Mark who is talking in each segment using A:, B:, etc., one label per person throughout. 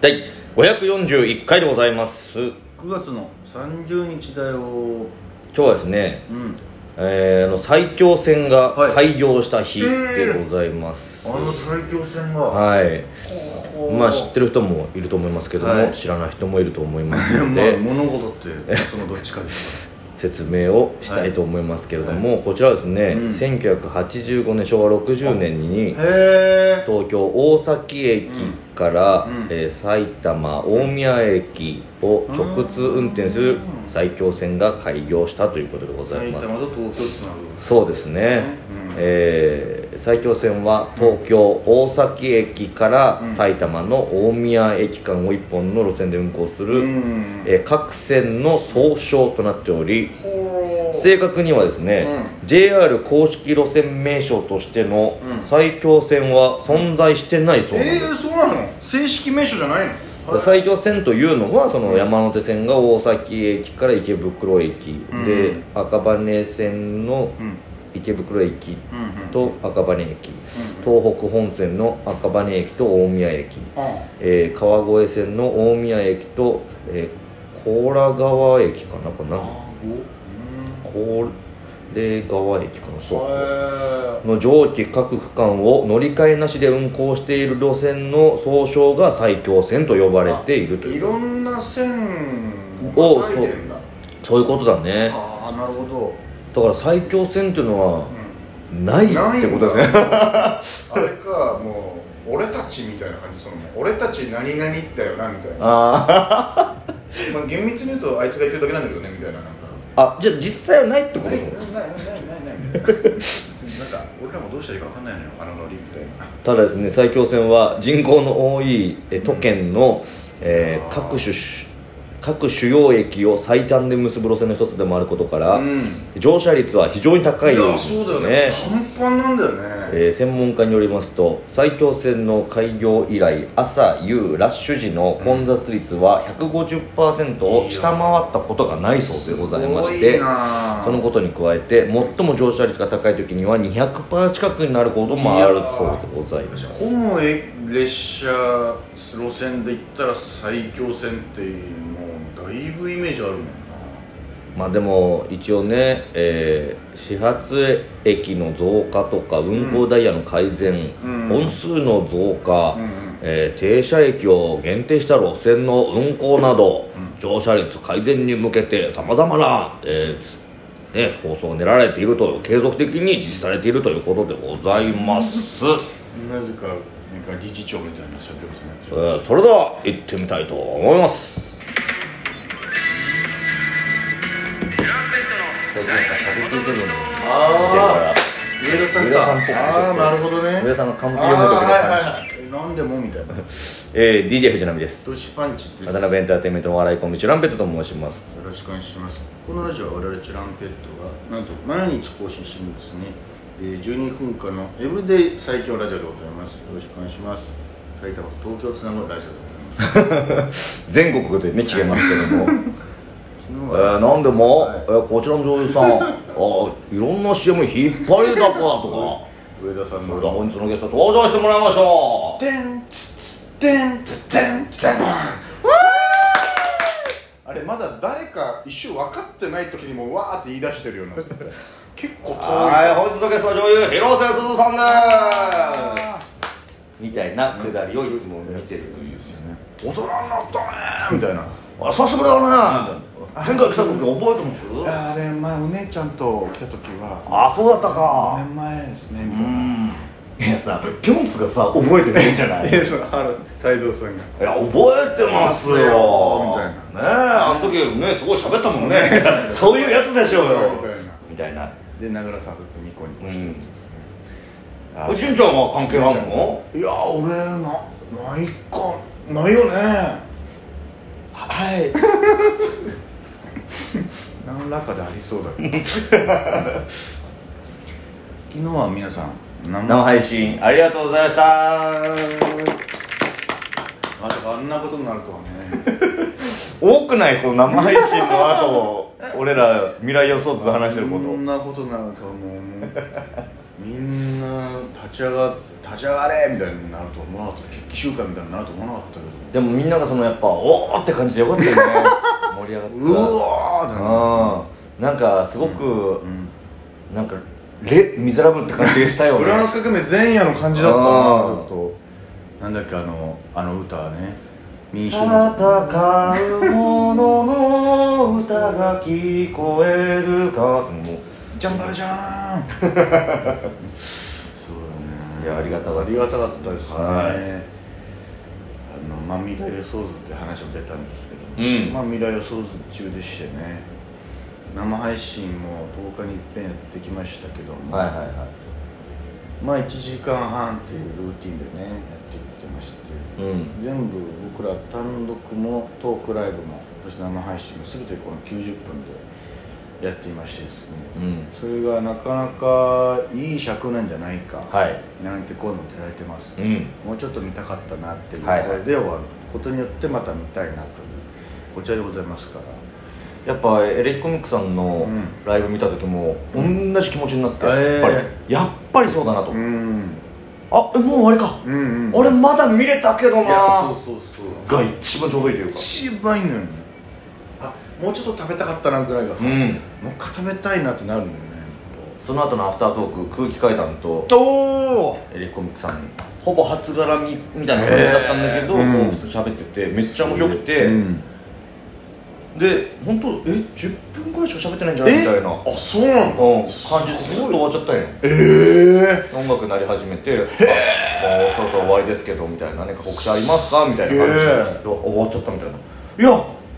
A: 第541回でございます今
B: 9月の30日だよ
A: 日はですね、
B: うん
A: えーあの最強戦が
B: はい
A: 開業した日
B: え
A: で
B: ー
A: ございます、
B: あの最強戦が、
A: はい
B: ほう
A: まあ知ってる人もいると思いますけども、
B: はい
A: 知らない人もいると思いますの
B: まあ
A: で
B: 物事ってそのどっちか ですか
A: 説明をしたいと思いますけれども、こちらはですね、
B: うん
A: 1985年昭和60年に
B: らへえ
A: 東京大崎駅から、
B: うんうん
A: えー埼玉大宮駅を直通運転する埼京線が開業したということでござい
B: 埼
A: ま
B: 玉
A: す
B: と東京つなぐ
A: そうですね
B: うん
A: えー埼京線は東京大崎駅から
B: うん
A: 埼玉の大宮駅間を1本の路線で運行する、
B: うん
A: えー各線の総称となっており
B: ほう
A: 正確にはですね、JR 公式路線名称としての
B: うん
A: 埼京線は存在してないそうなんで
B: え
A: す、
B: ー、そうなの正式名称じゃないの
A: 埼京線というのはその山手線が大崎駅から池袋駅、
B: うん
A: で赤羽線の
B: うん
A: 池袋駅
B: うんうん
A: と赤羽駅、
B: うん
A: 東北本線の赤羽駅と大宮駅、
B: あ
A: えー川越線の大宮駅と、えー、甲羅川駅かなこれな
B: あ
A: んだ
B: おう
A: 高
B: ん
A: 麗川駅かなそう
B: へ
A: の上記各区間を乗り換えなしで運行している路線の総称が埼京線と呼ばれていると
B: えい
A: いう
B: ろんな線
A: お
B: をまたいでんだ
A: そういうことだね
B: はあなるほど、
A: だから埼京線っていうのは
B: う
A: ないっ
B: ん、ないん
A: て
B: だ
A: ことですね
B: あれかもう俺たちみたいな感じその俺たち何々だよなみたいな
A: あ
B: まあ、厳密に言うとあいつが言ってるだけなんだけどねみたいななんか
A: ーあじゃあ実際はないってこと
B: ない
A: です
B: ない
A: もん
B: ないないないみたいな別になんか俺らもどうしたらいいか分かんないのよあのノリみたいな
A: ただですね埼京線は人口の多いえ都県の、えー各種各主要駅を最短で結ぶ路線の一つでもあることから、
B: うん
A: 乗車率は非常に高いよう
B: や
A: です
B: そうだよねパンパンなんだよね
A: えー専門家によりますと埼京線の開業以来朝夕ラッシュ時の混雑率は150%を下回ったことがないそうでございまして
B: すごいな
A: そのことに加えて最も乗車率が高い時には200%近くになることもあるそうでございます
B: この列車路線で言ったら最強線ってもうだいぶイメージあるもんな
A: まあでも一応ね、えー始発駅の増加とか運行ダイヤの改善、
B: うん
A: 本数の増加、
B: うんうん
A: えー停車駅を限定した路線の運行など、乗車率改善に向けてさまざまな、えーね、放送を練られていると継続的に実施されているということでございます、
B: なぜかなんか理事長みたいなしゃべることにな
A: え
B: っちゃう
A: ーそれでは行ってみたいと思います最近なんか喋ってくるのに見てるから
B: 上田さん
A: 上田
B: か
A: さんっぽく
B: ああなるほどね
A: 上田さんのカンペ
B: あ
A: 読む時の
B: ーはい
A: 感
B: はいはいなんでもみ たいな
A: じ、えー、DJ 藤波です
B: トシパンチです
A: 渡辺エンターテインメントの笑いコンビチュランペットと申します
B: よろしくお願いしますこのラジオは我々チュランペットがなんと毎日更新してるんですね、えー、12分間のエブリデイ最強ラジオでございますよろしくお願いします埼玉と東京をつなぐラジオでございます
A: 全国でね聞けますけども
B: 昨
A: え
B: 日は
A: ー、なんでも、
B: はい
A: えーこちらの女優さんあーいろんな CM 引っ張りだこだとか
B: 上田さん
A: それ
B: の
A: では本日のゲスト登場してもらいましょう
B: テンツツテンツテンツテンあれまだ誰か一瞬分かってない時にもうわーって言い出してるような結構遠い
A: はい本日のゲストは女優広瀬すずさんですみたいなくだりをいつも見てるという
B: ですよね大人になったねーみたいな
A: あ久しぶりだね前回来た時覚えてます
B: あれ前お姉ちゃんと来た時は
A: あそうだった
B: 5
A: か
B: 年前ですね
A: う
B: みたいなん
A: いやさピョンスがさ覚えてないんじゃ ないいや
B: えそのあの泰造さんが
A: 覚えてますよ
B: 覚えてますよみたい
A: なねえあの時ねすごい喋ったもん ねそういうやつでしょうよ
B: みたいな
A: みたいな
B: で名倉さんずっとニコニコしてるっていうあ
A: おじんちゃんは関係あるの
B: いや俺なないかないよね
A: はい
B: 何らかでありそうだけ ど昨日は皆さん何
A: 生
B: も
A: 配信ありがとうございました
B: まさかあんなことになるとはね
A: 多くないこの生配信の 後俺ら未来予想図で話してるこ
B: ことんなことになるとはもうもうみんな立ち上が立ち上がれみたいになると思わなかった決起集会みたいになると思わなかったけど
A: でもみんながそのやっぱおおって感じでよかったよね盛り上がってさ
B: うわーって
A: うんなんかすごく、
B: うん
A: なんかレ・ミゼラブルって感じがしたよ
B: フ
A: ね
B: ランス革命前夜の感じだったな
A: あー
B: ちょっとなんだっけあのあの歌ね民主
A: 戦
B: 主
A: う
B: 義
A: 者の歌が聞こえるかもう
B: ジャンバルじゃーんそうだね
A: いやありがたかった
B: ありがたかったですね、
A: はい
B: あのまあ未来予想図って話も出たんですけど、
C: うん
B: まあ未来予想図中でしてね生配信も10日にいっぺんやってきましたけども、
A: はいはいは
B: まあ1時間半っていうルーティンでねやってきてまして
C: うん
B: 全部僕ら単独もトークライブもそして生配信も全てこの90分でやっていましてですね、
C: うん
B: それがなかなかいい尺なんじゃないか、
A: はい
B: なんて声もいただいてます、
C: うん
B: もうちょっと見たかったなっていう
A: はい
B: 声で終わることによってまた見たいなというこちらでございますから
A: いやっぱエレキコミックさんの
B: うん
A: ライブ見た時も
B: うん
A: 同じ気持ちになって、
B: えー
A: やっぱりやっぱりそうだなと、
B: うん
A: あえもう終わりか、
B: うんうん
A: 俺まだ見れたけど
B: いや
A: な
B: そうそうそう
A: が一番ちょうどいいというか
B: 一番いいのよねあもうちょっと食べたかったなぐらいがさ、
A: う
B: もうん一回食べたいなってなるのよね
A: その後のアフタートーク空気階段と
B: おお
A: エレキコミックさんほぼ初絡みみたいな感じだったんだけど、
B: へー
A: こう普通に喋っててめっちゃ面白くて、
B: うん、
A: で本当え10分ぐらいしか喋ってないんじゃないみ
B: え
A: たいな、うん、
B: あそうなの
A: 感じですずっ
B: ご
A: と
B: い
A: 終わっちゃったよ
B: ええ
A: 音楽鳴り始めて「あもうそろそろ終わりですけど」みたいな「何か告知ありますか?」みたいな感じ
B: す
A: で
B: げえ
A: 終わっちゃったみたいな「いや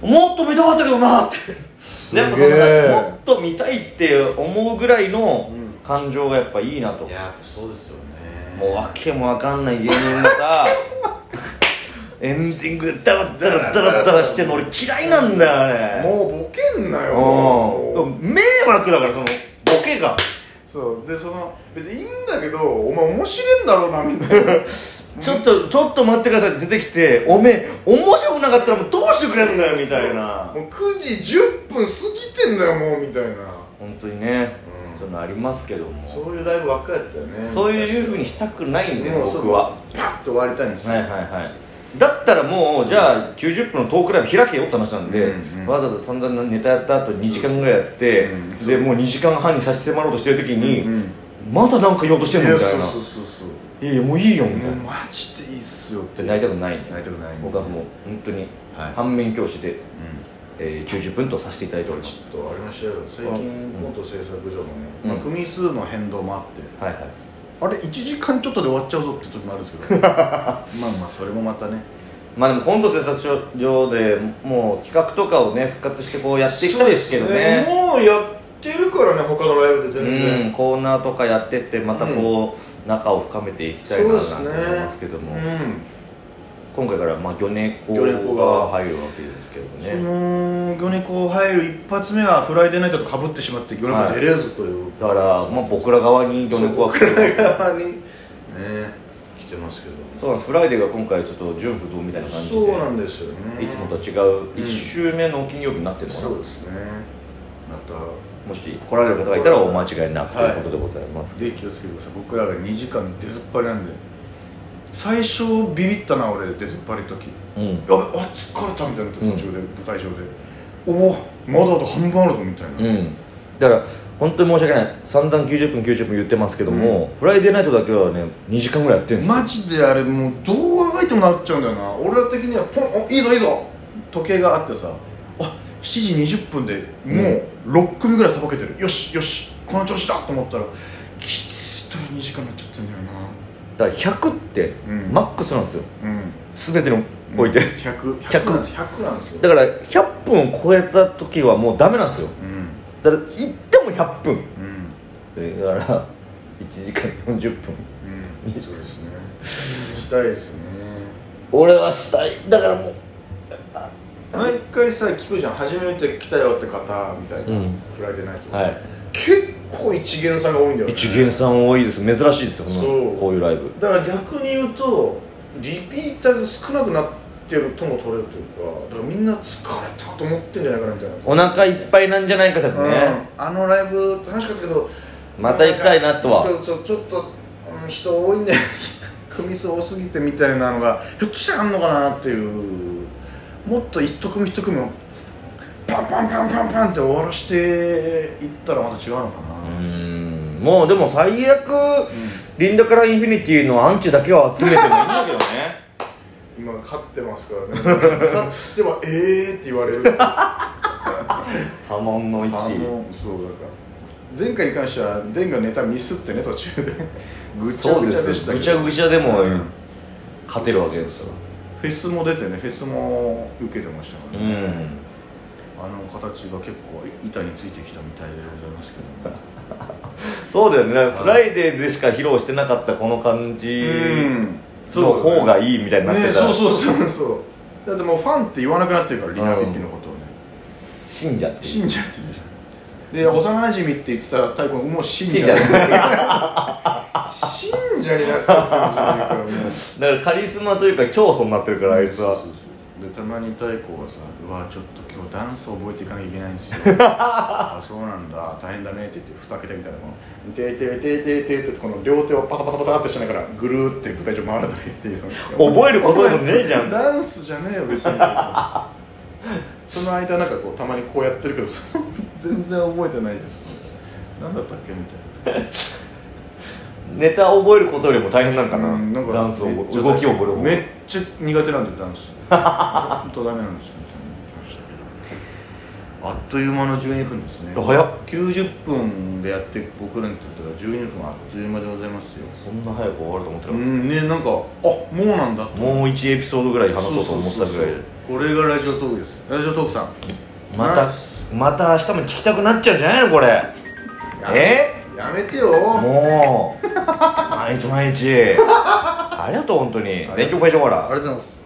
A: もっと見たかったけどな」って
B: す
A: やっぱそのなんかもっと見たいって思うぐらいの
B: うん
A: 感情がやっぱいいなと、
B: いやそうですよね
A: もうわけもわかんない芸人がさ エンディングダラダラダラダラしてるの俺嫌いなんだよあれ
B: もうボケんな
A: う
B: よ
A: ん迷惑だからそのボケが
B: そうでその別にいいんだけどお前面白いんだろうなみた いな
A: ちょっとちょっと待ってくださいって出てきておめえ面白くなかったらもうどうしてくれんだよみたいな
B: もう9時10分過ぎてんだよもうみたいな
A: 本当にね、
B: うん
A: そういうのありますけどもそ
B: そういうライブばっかりやったよね
A: ういうふうにしたくないんだよ
B: もうそう
A: 僕は
B: パッと終わりたいんですよ、
A: はいはいはいだったらもうじゃあ90分のトークライブ開けよって話なんで、
B: うんうん
A: わざわざ散々なネタやった後2時間ぐらいやって、
B: うん
A: でもう2時間半に差し迫ろうとしてる時に、まだなんか言おうとして
B: い
A: るの
B: や
A: みた
B: そ
A: いうな
B: そうそうそう
A: いやいやもういいよみたい
B: もう
A: な、
B: マジでいいっすよっ
A: って
B: て
A: なりたくないんだよ
B: なりたくない
A: 僕はもう本当に
B: はい
A: 反面教師で、
B: うん
A: えー、90分とさせていただいておりま
B: ち
A: す
B: ょっとありましたよ最近コント制作所もね、
A: うん
B: まあ、組数の変動もあって、
A: はいはい
B: あれ1時間ちょっとで終わっちゃうぞって時もあるんです けどまあまあそれもまたね
A: まあでも今度制作所でもう企画とかをね復活してこうやっていきたいですけどね
B: もうやってるからね他のライブで
A: う
B: 全然、
A: んコーナーとかやってってまたこう、仲を深めていきたいななんて思いますけども、
B: うん
A: 今回からまあ魚猫
B: 魚猫
A: が
B: が
A: 入るわけですけど
B: そ
A: ね
B: の魚猫入る一発目がフライデーナイトとかぶってしまって魚
A: は
B: 猫
A: い
B: 出れずという、
A: だからまあ僕ら側に魚猫は来る
B: 側にね来てますけど
A: そうなんですフライデーが今回ちょっと純不動みたいな感じで
B: そうなんですよね
A: いつもとは違う
B: うん
A: 1週目の金曜日になってるのかな、
B: そうですねまた
A: もし来られる方がいたらお間違いなくということでございます、
B: で気をつけてください僕らが2時間出ずっぱりなんで最初ビビったな俺出ずっぱりの時
A: うん
B: やべあ疲れたみたいな途中で、舞台上でおおまだあと半分あるぞみたいな、
A: うん、だから本当に申し訳ない散々90分90分言ってますけども、フライデーナイトだけはね2時間ぐらいやってるんですよ
B: マジであれもうどうあがいてもなっちゃうんだよな俺ら的にはポンおいいぞいいぞ時計があってさあ7時20分でもう6組ぐらいさばけてる、よしよしこの調子だと思ったらきついと2時間になっちゃってんだよ
A: だから100って
B: うん
A: マックスなんですよ
B: なうん
A: 全てにおいて、100
B: 100 100なんです100なんですよ
A: だから100分を超えた時はもうダメなんですよ
B: うん
A: だから行っても100分
B: うん
A: えだから1時間40分
B: うんそうですねしたいですね
A: 俺はしたいだからもう
B: 毎回さ聞くじゃん初めて来たよって方みたいな、
A: うん
B: フライデーナイト、
A: はい
B: 結構一元さんが多いんだよね
A: 一元さん多いです珍しいですよこんな
B: そう
A: こういうライブ
B: だから逆に言うとリピーターが少なくなってるとも取れるというかだからみんな疲れたと思ってんじゃないかなみたいな
A: お腹いっぱいなんじゃないか説ね、
B: うんあのライブ楽しかったけど
A: また行きたいなと
B: ち
A: は
B: ょちょちょっと、うん、人多いんだよ 組数多すぎてみたいなのがひょっとしたらあんのかなっていうもっと一組一組をパンパンパンパンパンって終わらしていったらまた違うのか
D: う
B: な、
D: んもうでも最悪、リンダからインフィニティのアンチだけは集めて もいいんだけどね
B: 今勝ってますからね勝ってはええって言われ る
A: 波紋の位
B: あのそうだから前回に関してはデンがネタミスってね途中でぐちゃ
A: そう
B: ぐ
A: で
B: ちゃでし
A: す
B: たけ
A: ぐちゃ
B: ど
A: ぐちゃでも
B: うん
A: 勝てるわけですか
B: フェスも出てねフェスも受けてましたからら
A: う
B: ね、
A: ん
B: あの形が結構板についてきたみたいでございますけど、ね、
A: そうだよねなんかフライデーでしか披露してなかったこの感じ
B: うん
A: の方がいいみたいになっ
B: ね
A: てた
B: そう
A: ら
B: そうそうそうだってもうファンって言わなくなってるからリナピッピのことをね、
A: 信者っていう
B: 信者って言うじゃんで幼なじみって言ってた太鼓ももう信者
A: 信者
B: 信者になっちゃってるじゃないかもう
A: だからカリスマというか教祖になってるからあいつ
B: そう
A: は
B: そうそうでたまに太鼓がさ「うわちょっと今日ダンス覚えていかなきゃいけないんですよ」 あそうなんだ大変だね」って言ってふたけてみたいなこの「ててててて」ってこの両手をパタパタパタってしながらぐるーって舞台上回るだけっていう
A: 覚えることでもねえじゃん
B: ダンスじゃねえよ別にその間なんかこうたまにこうやってるけど全然覚えてないです何だったっけみたいな
A: ネタ覚えることよりも大変なんかな,、
B: うんなんか
A: ダンスを
B: めっ
A: 動
B: ち
A: き
B: ゃ
A: を覚える方
B: めっちゃ苦手なんでダンス本当ダメなんですよみたいな言ってましたけどあっという間の12分ですね
A: 早っ
B: 90分でやって僕らにとっては12分あっという間でございますよ
A: そんな早く終わると思って
B: う
A: なかっ
B: んねなんかあもうなんだ
A: たもう1エピソードぐらい話そうと思ってたぐらいで
B: これがラジオトークですよラジオトークさん
A: またまた明日も聞きたくなっちゃうんじゃないのこれえ
B: やめてよ
A: もう毎日毎日ありがとう本当に
B: ありがとう
A: 勉強会しようから
B: ありがとうございます